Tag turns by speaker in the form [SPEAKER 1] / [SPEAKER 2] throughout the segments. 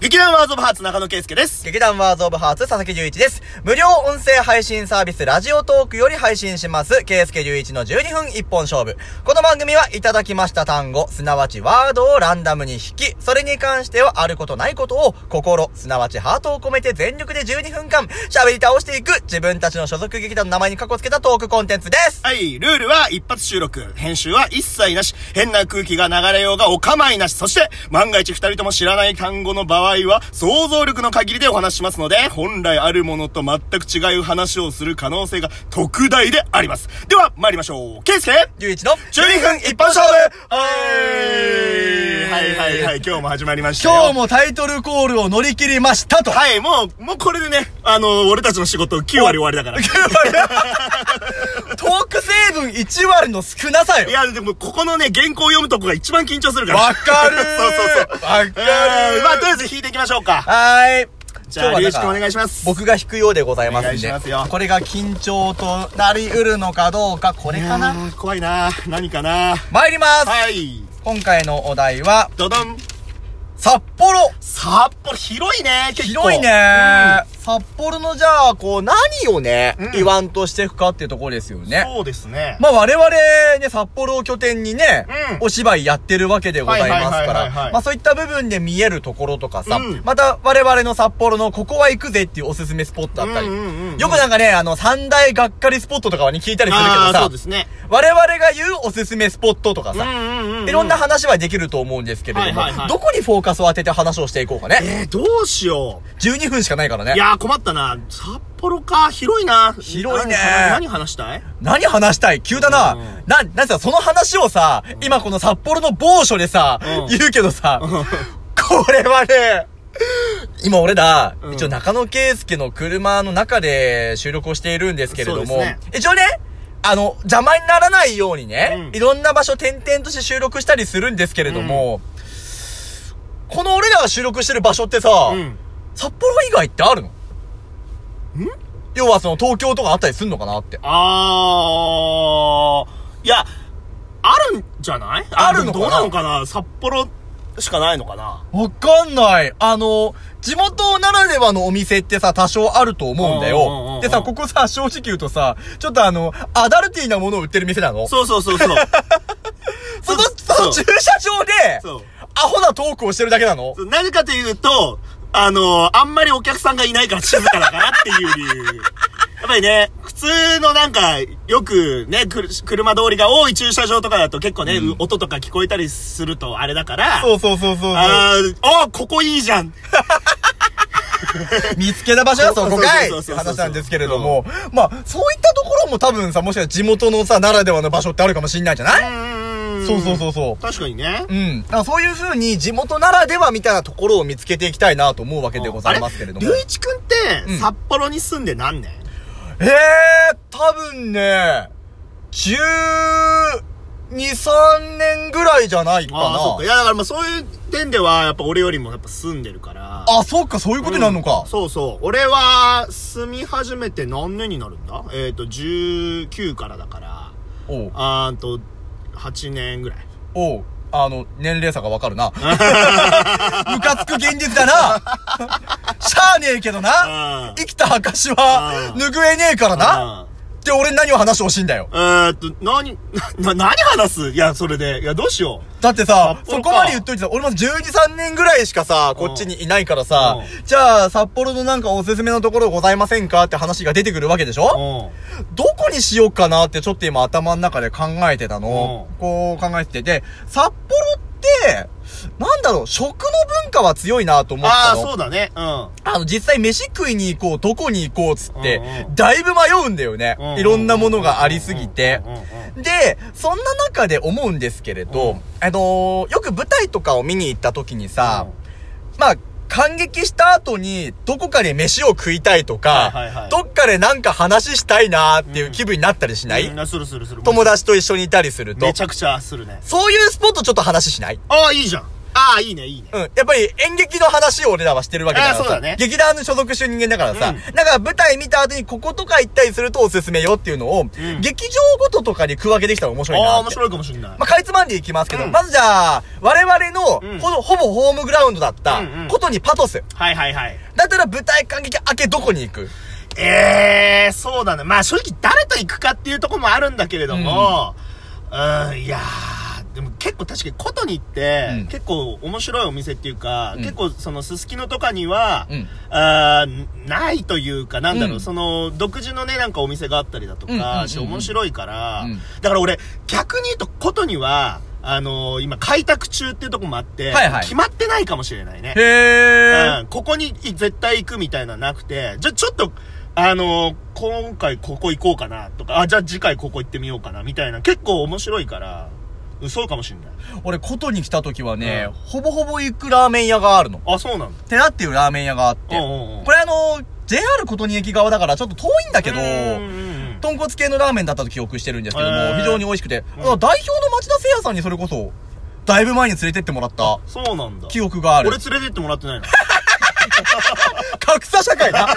[SPEAKER 1] 劇団ワーズオブハーツ中野圭介です。
[SPEAKER 2] 劇団ワーズオブハーツ佐々木隆一です。無料音声配信サービスラジオトークより配信します、ケイスケ隆一の12分一本勝負。この番組はいただきました単語、すなわちワードをランダムに引き、それに関してはあることないことを心、すなわちハートを込めて全力で12分間喋り倒していく、自分たちの所属劇団の名前にかこつけたトークコンテンツです。
[SPEAKER 1] はい、ルールは一発収録、編集は一切なし、変な空気が流れようがお構いなし、そして万が一二人とも知らない単語の場合は想像力の限りでお話しますので、本来あるものと全く違う話をする可能性が特大であります。では参りましょう。圭介
[SPEAKER 2] 隆一の
[SPEAKER 1] 12分一本勝負は
[SPEAKER 2] ー
[SPEAKER 1] い
[SPEAKER 2] い
[SPEAKER 1] はいはいはい、今日も始まりましたよ。
[SPEAKER 2] 今日もタイトルコールを乗り切りましたと。
[SPEAKER 1] はい、もう、もうこれでね、あの俺たちの仕事9割終わりだから。
[SPEAKER 2] トーク成分1割の少なさよ
[SPEAKER 1] い。や、でも、ここのね、原稿を読むとこが一番緊張す るから。
[SPEAKER 2] わかる
[SPEAKER 1] そうそうそう。
[SPEAKER 2] わかる
[SPEAKER 1] うんまあ、とりあえず弾いていきましょうか。
[SPEAKER 2] はーい。
[SPEAKER 1] じゃあ、
[SPEAKER 2] 今
[SPEAKER 1] りゅう
[SPEAKER 2] 日
[SPEAKER 1] しくん
[SPEAKER 2] は
[SPEAKER 1] お
[SPEAKER 2] なんか
[SPEAKER 1] 願いします。
[SPEAKER 2] 僕が引くようでございますん
[SPEAKER 1] お願
[SPEAKER 2] で
[SPEAKER 1] いしますよ
[SPEAKER 2] これが緊張となりうるのかどうか、これか
[SPEAKER 1] い
[SPEAKER 2] な
[SPEAKER 1] やー怖いな何かな
[SPEAKER 2] 参ります、
[SPEAKER 1] はい。
[SPEAKER 2] 今回のお題は、
[SPEAKER 1] どどん。
[SPEAKER 2] 札幌
[SPEAKER 1] 札幌、広いね結構。
[SPEAKER 2] 広いね、札幌のじゃあ、こう、何をね、
[SPEAKER 1] うん
[SPEAKER 2] 言わんとしていくかっていうところですよ
[SPEAKER 1] うん。
[SPEAKER 2] ね。
[SPEAKER 1] そうですね。
[SPEAKER 2] まあ我々ね、札幌を拠点にね、
[SPEAKER 1] うん
[SPEAKER 2] お芝居やってるわけでございますか
[SPEAKER 1] はいはいはいはいは
[SPEAKER 2] ら、
[SPEAKER 1] い
[SPEAKER 2] まあそういった部分で見えるところとかさ、
[SPEAKER 1] うん
[SPEAKER 2] また我々の札幌のここは行くぜっていうおすすめスポットだったり、
[SPEAKER 1] うんうんうんうん
[SPEAKER 2] よくなんかね、あの三大がっかりスポットとかはね、聞いたりするけ
[SPEAKER 1] あ
[SPEAKER 2] ど
[SPEAKER 1] あー、そ
[SPEAKER 2] さ
[SPEAKER 1] うで、すね。
[SPEAKER 2] 我々が言うおすすめスポットとか
[SPEAKER 1] うん
[SPEAKER 2] さ、
[SPEAKER 1] うんうん。
[SPEAKER 2] いろんな。話はできると思うんですけれども、
[SPEAKER 1] はいはいはい
[SPEAKER 2] どこにフォーカスを当てて話をしていこうかね。
[SPEAKER 1] えー、どうしよう。
[SPEAKER 2] 12分しかないから
[SPEAKER 1] い
[SPEAKER 2] ね。
[SPEAKER 1] やー、困ったな札幌か、広いな
[SPEAKER 2] 広いね
[SPEAKER 1] 何話何話した い
[SPEAKER 2] 何話したい急だな。
[SPEAKER 1] うん
[SPEAKER 2] な、なんさ、その話をさ、今この札幌の某所でさ、
[SPEAKER 1] うん
[SPEAKER 2] 言うけどさ、これはね、今俺ら、
[SPEAKER 1] うん
[SPEAKER 2] 一応中野圭介の車の中で収録をしているんですけれど
[SPEAKER 1] そう
[SPEAKER 2] も、
[SPEAKER 1] ですね
[SPEAKER 2] 一応ね、あの、邪魔にならないようにね、
[SPEAKER 1] うん
[SPEAKER 2] いろんな場所転々として収録したりするんですけれども、この俺らが収録してる場所ってさ、
[SPEAKER 1] うん。
[SPEAKER 2] 札幌以外ってあるのん要はその東京とかあったりすんのかなって。
[SPEAKER 1] あー、いや、あるんじゃない
[SPEAKER 2] あるのかな
[SPEAKER 1] どうなのかな札幌しかないのかな
[SPEAKER 2] わかんない。あの、地元ならではのお店ってさ、多少あると思うんだ
[SPEAKER 1] うんうんうんうん
[SPEAKER 2] よ。でさ、ここさ、正直言うとさ、ちょっとあの、アダルティーなものを売ってる店なの。そ
[SPEAKER 1] そうそうそうそう。
[SPEAKER 2] の、
[SPEAKER 1] そう
[SPEAKER 2] その駐車場
[SPEAKER 1] そう
[SPEAKER 2] で、アホなトークをしてるだけなの
[SPEAKER 1] そうなぜかというと、あのあんまりお客さんがいないから静かだからっていう理 由。やっぱりね、普通のなんか、よくね、くる車通りが多い駐車場とかだと結構ね、う音とか聞こえたりするとあれだから、
[SPEAKER 2] そうそうそうそう。
[SPEAKER 1] あーあー、ここいいじゃん
[SPEAKER 2] 見つけた場所はそこかい
[SPEAKER 1] そう
[SPEAKER 2] っ
[SPEAKER 1] そ
[SPEAKER 2] て
[SPEAKER 1] うそうそうそう
[SPEAKER 2] 話なんですけれども、まあ、そういったところも多分さ、もしかしたら地元のさ、ならではの場所ってあるかもしんないじゃないそうそうそうそう。
[SPEAKER 1] 確かにね。
[SPEAKER 2] うん。だからそういう風に地元ならではみたいなところを見つけていきたいなと思うわけでございますけれども。
[SPEAKER 1] あれ龍一くんって、
[SPEAKER 2] うん
[SPEAKER 1] 札幌に住んで何年
[SPEAKER 2] ええー、多分ね、12、3年ぐらいじゃないかな。
[SPEAKER 1] ああ、そっか。いや、だからまあそういう点では、やっぱ俺よりもやっぱ住んでるから。
[SPEAKER 2] あ、そっか、そういうことになるのか
[SPEAKER 1] うん。そうそう。俺は、住み始めて何年になるんだえっ、と、19からだから、
[SPEAKER 2] おう、
[SPEAKER 1] あーんと、8年ぐらい。
[SPEAKER 2] おう、あの、年齢差がわかる な。ムカつく現実だな。しゃあねえけどな。
[SPEAKER 1] あ
[SPEAKER 2] 生きた証は
[SPEAKER 1] う、ん
[SPEAKER 2] 拭えねえからな。
[SPEAKER 1] あ。
[SPEAKER 2] で、俺に何を話してほしいんだよ。
[SPEAKER 1] えっと、何、な、何話すいや、それで。いや、どうしよう。
[SPEAKER 2] だってさ、
[SPEAKER 1] 札
[SPEAKER 2] そ
[SPEAKER 1] 幌か
[SPEAKER 2] こまで言っといてさ、俺まだ12、3年ぐらいしかさ、こっちにいないからさ
[SPEAKER 1] う、
[SPEAKER 2] じゃあ、札幌のなんかおすすめのところございませんかって話が出てくるわけでしょ
[SPEAKER 1] う
[SPEAKER 2] どこにしようかなってちょっと今頭の中で考えてたの
[SPEAKER 1] う。
[SPEAKER 2] こう考えてて、で、札幌って、なんだろう、食の文化は強いなと思
[SPEAKER 1] ん。
[SPEAKER 2] っ
[SPEAKER 1] あ
[SPEAKER 2] た
[SPEAKER 1] あ、
[SPEAKER 2] の。
[SPEAKER 1] そうだね。うん。
[SPEAKER 2] あの、実際飯食いに行こう、どこに行こうっつって
[SPEAKER 1] うんう、ん
[SPEAKER 2] だいぶ迷うんだよね
[SPEAKER 1] う。
[SPEAKER 2] いろんなものがありすぎて
[SPEAKER 1] うん。うんうん
[SPEAKER 2] で、そんな中で思うんですけれど、
[SPEAKER 1] うん
[SPEAKER 2] あのーよく舞台とかを見に行った時にさ、
[SPEAKER 1] うん
[SPEAKER 2] まあ、感激した後に、どこかで飯を食いたいと
[SPEAKER 1] は
[SPEAKER 2] か、
[SPEAKER 1] いはいはい
[SPEAKER 2] どっかでなんか話したいなーっていう気分になったりしない、
[SPEAKER 1] うんするするする。
[SPEAKER 2] 友達と一緒にいたりすると
[SPEAKER 1] めち。ゃくちゃするね。
[SPEAKER 2] そういうスポットちょっと話しない
[SPEAKER 1] ああ、いいじゃん。ああ、いいね、いいね。
[SPEAKER 2] うん。やっぱり演劇の話を俺らはしてるわけだか
[SPEAKER 1] あ
[SPEAKER 2] ら
[SPEAKER 1] ー
[SPEAKER 2] さ。
[SPEAKER 1] そうだね
[SPEAKER 2] 劇団の所属してる人間だからさ。
[SPEAKER 1] うん
[SPEAKER 2] だから舞台見た後にこことか行ったりするとおすすめよっていうのを、
[SPEAKER 1] ん
[SPEAKER 2] 劇場ごととかに区分けできたら面白いなって。
[SPEAKER 1] ああ、面白いかもしんない。
[SPEAKER 2] まあ、かいつまんでいきますけど、
[SPEAKER 1] うん
[SPEAKER 2] まずじゃあ、我々の、
[SPEAKER 1] うん
[SPEAKER 2] ほぼほぼホームグラウンドだった
[SPEAKER 1] うんうん
[SPEAKER 2] ことにパトス。
[SPEAKER 1] はいはいはい。
[SPEAKER 2] だったら舞台観劇明けどこに行く
[SPEAKER 1] ええー、そうだね。まあ正直誰と行くかっていうところもあるんだけれども、うん、いやー、でも結構確かにことに行って、
[SPEAKER 2] うん
[SPEAKER 1] 結構面白いお店っていうか、
[SPEAKER 2] ん
[SPEAKER 1] 結構そのすすきのとかには、
[SPEAKER 2] うん
[SPEAKER 1] あーないというか、なんだろう、
[SPEAKER 2] うん
[SPEAKER 1] その独自のね、なんかお店があったりだと
[SPEAKER 2] うんうんうんう
[SPEAKER 1] か
[SPEAKER 2] ん
[SPEAKER 1] して面白いから、
[SPEAKER 2] うん
[SPEAKER 1] だから俺逆に言うとことには、あのー今開拓中っていうところもあって、
[SPEAKER 2] はいはい
[SPEAKER 1] 決まってないかもしれないね。
[SPEAKER 2] へ
[SPEAKER 1] うん、ここに絶対行くみたいなのなくて、じゃ、ちょっと、あのー今回ここ行こうかなとか、あ、じゃあ次回ここ行ってみようかなみたいな、結構面白いから、うんそうかもしんない。
[SPEAKER 2] 俺、ことに来た時はね、
[SPEAKER 1] うん
[SPEAKER 2] ほぼほぼ行くラーメン屋があるの。
[SPEAKER 1] あ、そうなんだ。
[SPEAKER 2] てなっていうラーメン屋があって。
[SPEAKER 1] うんうんうん
[SPEAKER 2] これあの、JR ことに駅側だからちょっと遠いんだけど、
[SPEAKER 1] うんうん
[SPEAKER 2] 豚骨系のラーメンだったと記憶してるんですけども、
[SPEAKER 1] へー
[SPEAKER 2] 非常に美味しくて、
[SPEAKER 1] うん
[SPEAKER 2] あ代表の町田製也さんにそれこそ、だいぶ前に連れてってもらった
[SPEAKER 1] そうなんだ。
[SPEAKER 2] 記憶がある
[SPEAKER 1] 俺。連れてってもらってないの。
[SPEAKER 2] 格差社会だ。いや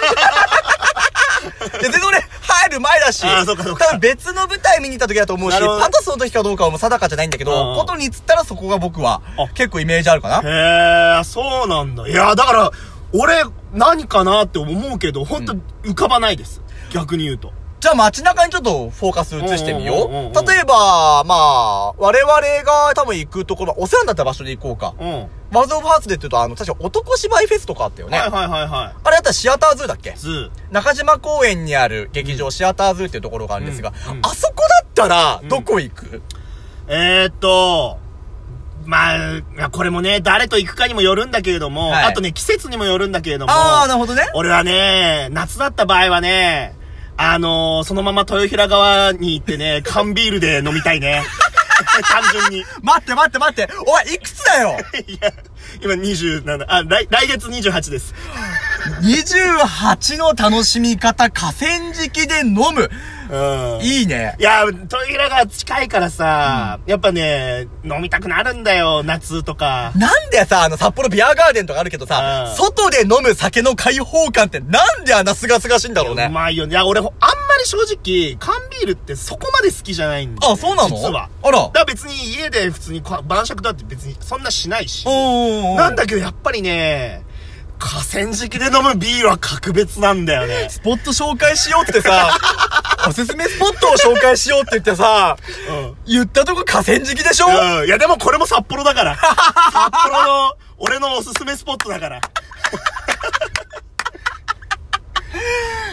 [SPEAKER 2] 全然俺、入る前だし、
[SPEAKER 1] あーそっかそっか
[SPEAKER 2] 多分別の舞台見に行った時だと思うし、
[SPEAKER 1] なるほど
[SPEAKER 2] パトスの時かどうかはもう定かじゃないんだけど
[SPEAKER 1] うんう、ん
[SPEAKER 2] ことにつったらそこが僕は
[SPEAKER 1] あ、
[SPEAKER 2] 結構イメージあるかな。
[SPEAKER 1] へえ、そうなんだ。いや、だから、俺、何かなって思うけど、ほんと浮かばないです。逆に言うと。
[SPEAKER 2] じゃあ街中にちょっとフォーカス移してみよ
[SPEAKER 1] うんうんうんうん
[SPEAKER 2] う。例えば、まあ、我々が多分行くところ、お世話になった場所で行こうか。
[SPEAKER 1] うん。はい
[SPEAKER 2] ワールドオブハーツでって言うと、あの、確か男芝居フェスとかあったよね。
[SPEAKER 1] はいはいは
[SPEAKER 2] あれだったらシアターズーだっけ
[SPEAKER 1] い。ず
[SPEAKER 2] 中島公園にある劇場シアターズーっていうところがあるんですが、
[SPEAKER 1] うんうん
[SPEAKER 2] あそこだったら、どこ行く、
[SPEAKER 1] えー、っと、まあ、いやこれもね、誰と行くかにもよるんだけれども、
[SPEAKER 2] はい
[SPEAKER 1] あとね、季節にもよるんだけれども、
[SPEAKER 2] ああ、なるほどね。
[SPEAKER 1] 俺はね、夏だった場合はね、あのーそのまま豊平川に行って ね、缶ビールで飲みたいね。 単純に。
[SPEAKER 2] 待って待って待って。お前いくつ だよ
[SPEAKER 1] いや、今27、あ、来、来月28です。
[SPEAKER 2] !28 の楽しみ方、河川敷で飲む。
[SPEAKER 1] うん。
[SPEAKER 2] いいね。
[SPEAKER 1] いや、豊平川近いからさ、やっぱね、飲みたくなるんだよ、夏とか。
[SPEAKER 2] なんでさ、あの、札幌ビアガーデンとかあるけどさ
[SPEAKER 1] う、ん
[SPEAKER 2] 外で飲む酒の開放感ってなんであんなすがすがしいんだろう
[SPEAKER 1] う
[SPEAKER 2] ね。
[SPEAKER 1] まいよね。いや、俺、あんまり正直、缶ビールってそこまで好きじゃないんだよ
[SPEAKER 2] あ、
[SPEAKER 1] ね、
[SPEAKER 2] そうなの
[SPEAKER 1] 実は。
[SPEAKER 2] あら
[SPEAKER 1] だ。から別に家で普通にこ晩酌だって別にそんなしないし。
[SPEAKER 2] お
[SPEAKER 1] なん
[SPEAKER 2] だ
[SPEAKER 1] だけどやっぱりね、河川敷で飲むビールは格別なんだよ ね。
[SPEAKER 2] スポット紹介しようっ てさ、おすすめスポットを紹介しようって言ってさ、
[SPEAKER 1] うん。
[SPEAKER 2] 言ったとこ河川敷でしょ、
[SPEAKER 1] うん。いやでもこれも札幌だから。札幌の、俺のおすすめスポットだから。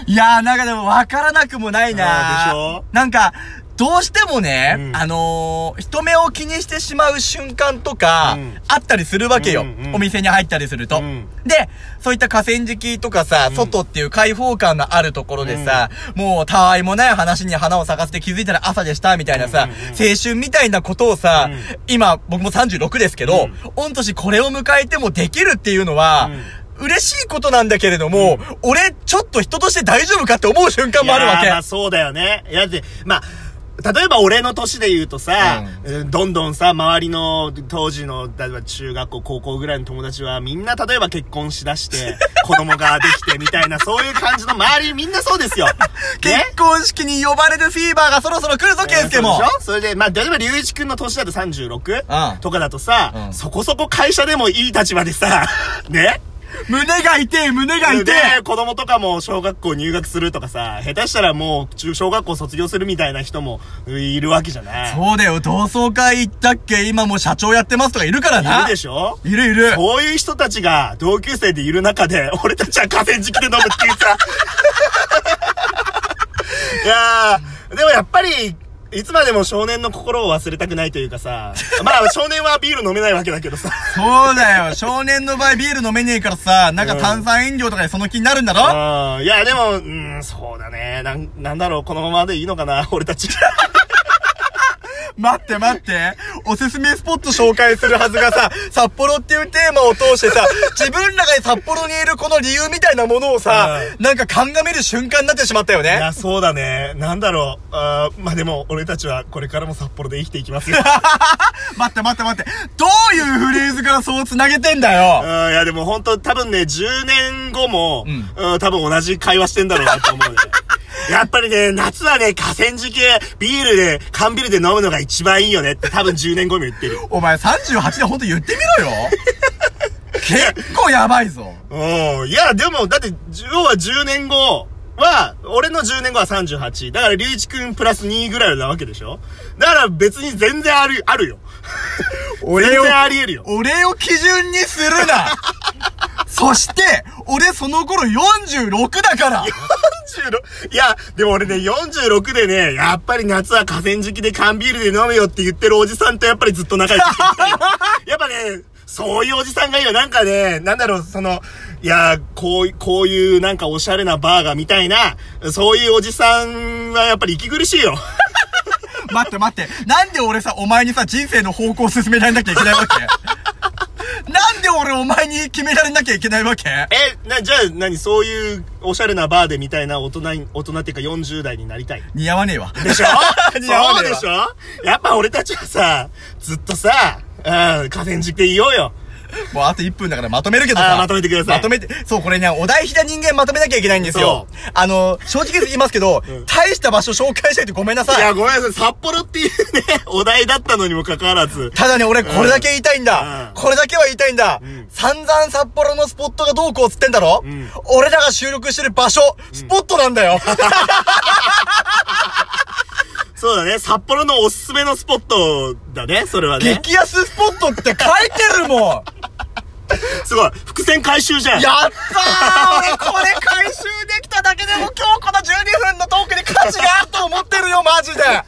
[SPEAKER 2] いやー、なんかでも分からなくもないな
[SPEAKER 1] あーでしょ
[SPEAKER 2] なんか、どうしてもね、
[SPEAKER 1] うん
[SPEAKER 2] あのー、人目を気にしてしまう瞬間とか、
[SPEAKER 1] うん
[SPEAKER 2] あったりするわけよ、
[SPEAKER 1] うんうん
[SPEAKER 2] お店に入ったりすると、
[SPEAKER 1] うん
[SPEAKER 2] で、そういった河川敷とかさ、外っていう開放感のあるところでさ、もうたわいもない話に花を咲かせて気づいたら朝でした、みたいなさ、
[SPEAKER 1] うんうんうん
[SPEAKER 2] 青春みたいなことをさ、
[SPEAKER 1] うん
[SPEAKER 2] 今、僕も36ですけど、御年これを迎えてもできるっていうのは、嬉しいことなんだけれども、俺、ちょっと人として大丈夫かって思う瞬間もあるわ
[SPEAKER 1] い
[SPEAKER 2] け。
[SPEAKER 1] やまあそうだよね。いや、で、まあ、例えば俺の年で言うとさ、うんどんどんさ、周りの当時の、例えば中学校、高校ぐらいの友達はみんな例えば結婚しだ して、子供ができてみたいな、そういう感じの周りみんなそう ですよ。ね
[SPEAKER 2] 結婚式に呼ばれるフィーバーがそろそろ来るぞ、ケンスケも
[SPEAKER 1] そう。でしょそれで、まあ、例えば、龍一くんの年だと
[SPEAKER 2] うん
[SPEAKER 1] 36? とかだとさ、
[SPEAKER 2] うん
[SPEAKER 1] そこそこ会社でもいい立場でさ、 ね
[SPEAKER 2] 胸が痛い、胸が痛
[SPEAKER 1] で
[SPEAKER 2] い。、
[SPEAKER 1] 子供とかも小学校入学するとかさ、下手したらもう中小学校卒業するみたいな人もいるわけじゃない。
[SPEAKER 2] そうだよ、同窓会行ったっけ今もう社長やってますとかいるから
[SPEAKER 1] い
[SPEAKER 2] な。
[SPEAKER 1] るでしょ
[SPEAKER 2] いるいる。
[SPEAKER 1] こういう人たちが同級生でいる中で、俺たちは河川敷で飲むっていう さ。いやー、でもやっぱり、いつまでも少年の心を忘れたくないというかさ、まあ少年はビール飲めないわけだけどさ。
[SPEAKER 2] そうだよ、少年の場合ビール飲めねえからさ、なんか炭酸飲料とかでその気になるんだろ、
[SPEAKER 1] うんいや、でも、うん、そうだね。なん、なんだろう、このままでいいのかな、俺たち。
[SPEAKER 2] 待って待って。おすすめスポット紹介するはずがさ、札幌っていうテーマを通してさ、自分らが札幌にいるこの理由みたいなものをさ、なんか鑑みる瞬間になってしまったよ
[SPEAKER 1] い
[SPEAKER 2] ね。
[SPEAKER 1] や、そうだね。なんだろう。あーまあ、でも、俺たちはこれからも札幌で生きていきますよ。
[SPEAKER 2] 待って待って待って。どういうフレーズからそう繋げてんだ
[SPEAKER 1] うん、い
[SPEAKER 2] よ。
[SPEAKER 1] や、でも本当多分ね、10年後も、
[SPEAKER 2] う
[SPEAKER 1] うん、多分同じ会話してんだろうなと思うね。やっぱりね、夏はね、河川敷へビールで、缶ビールで飲むのが一番いいよねって多分10年後にも言ってるよ。
[SPEAKER 2] お前38でほんと言ってみろよ。結構やばいぞ。
[SPEAKER 1] うん。いや、でも、だって、要は10年後は、俺の10年後は38。だから、隆一くんプラス2ぐらいなわけでしょだから別に全然ある、あるよ。
[SPEAKER 2] 俺
[SPEAKER 1] 全然あり得るよ。
[SPEAKER 2] 俺を基準にするなそして、俺その頃46だから
[SPEAKER 1] 46いや、でも俺ね、46でね、やっぱり夏は河川敷で缶ビールで飲めよって言ってるおじさんとやっぱりずっと仲良くしていきたいやっぱね、そういうおじさんがいいよ。なんかね、なんだろう、その、いや、こうい、こういうなんかおしゃれなバーガーみたいな、そういうおじさんはやっぱり息苦しいよ。
[SPEAKER 2] 待って待って、なんで俺さ、お前にさ、人生の方向を進められなきゃいけな いわけなんで俺お前に決められなきゃいけないわけ
[SPEAKER 1] え、な、じゃあ、何、そういうおしゃれなバーでみたいな大人に、大人っていうか40代になり たい。
[SPEAKER 2] 似合わねえわ。
[SPEAKER 1] でしょ
[SPEAKER 2] 似合わ
[SPEAKER 1] そう
[SPEAKER 2] ねえ
[SPEAKER 1] で
[SPEAKER 2] わ
[SPEAKER 1] しょやっぱ俺たちはさ、ずっとさ、うん、河川敷でいようよ。
[SPEAKER 2] もうあと1分だからまとめるけど
[SPEAKER 1] あ
[SPEAKER 2] さ。
[SPEAKER 1] ーまとめてください
[SPEAKER 2] まとめて。そう、これね、お題ひだ人間まとめなきゃいけないんですよ
[SPEAKER 1] そ。
[SPEAKER 2] あの、正直言いますけど、
[SPEAKER 1] ん
[SPEAKER 2] 大した場所紹介しといてごめんないさい。
[SPEAKER 1] や、ごめんなさい。札幌っていうね、 お題だったのにもかかわらず。
[SPEAKER 2] ただね、俺これだけ言いたいんだ。
[SPEAKER 1] うん
[SPEAKER 2] これだけは言いたいんだ。
[SPEAKER 1] ん
[SPEAKER 2] 散々札幌のスポットがどうこうっつってんだろ、
[SPEAKER 1] ん
[SPEAKER 2] 俺らが収録してる場所、スポットなんだよ。
[SPEAKER 1] そうだね。札幌のおすすめのスポットだね。それはね。
[SPEAKER 2] 激安スポットって書いてるもん
[SPEAKER 1] すごい。伏線回収じゃん。
[SPEAKER 2] やったー俺これ回収できただけでも今日この12分のトークに価値があると思ってるよ、マジで。でな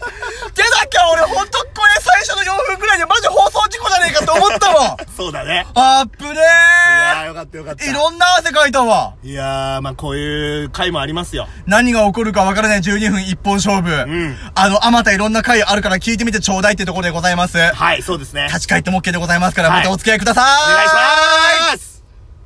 [SPEAKER 2] きゃ俺ほんとこれ最初の4分くらいでマジ放送事故じゃねえかと思ったもん
[SPEAKER 1] そうだね。
[SPEAKER 2] あっぶね
[SPEAKER 1] いやー、よかったよかった。
[SPEAKER 2] ーいろんな汗かいたわ。
[SPEAKER 1] いやー、まあこういう回もありますよ。
[SPEAKER 2] 何が起こるかわからない12分一本勝負。
[SPEAKER 1] ん
[SPEAKER 2] あの、あまたいろんな回あるから聞いてみてちょうだいってところでございます。
[SPEAKER 1] はい、そうですね。
[SPEAKER 2] 立ち返っても OK でございますから、
[SPEAKER 1] はい
[SPEAKER 2] またお付き合いください。
[SPEAKER 1] お願いします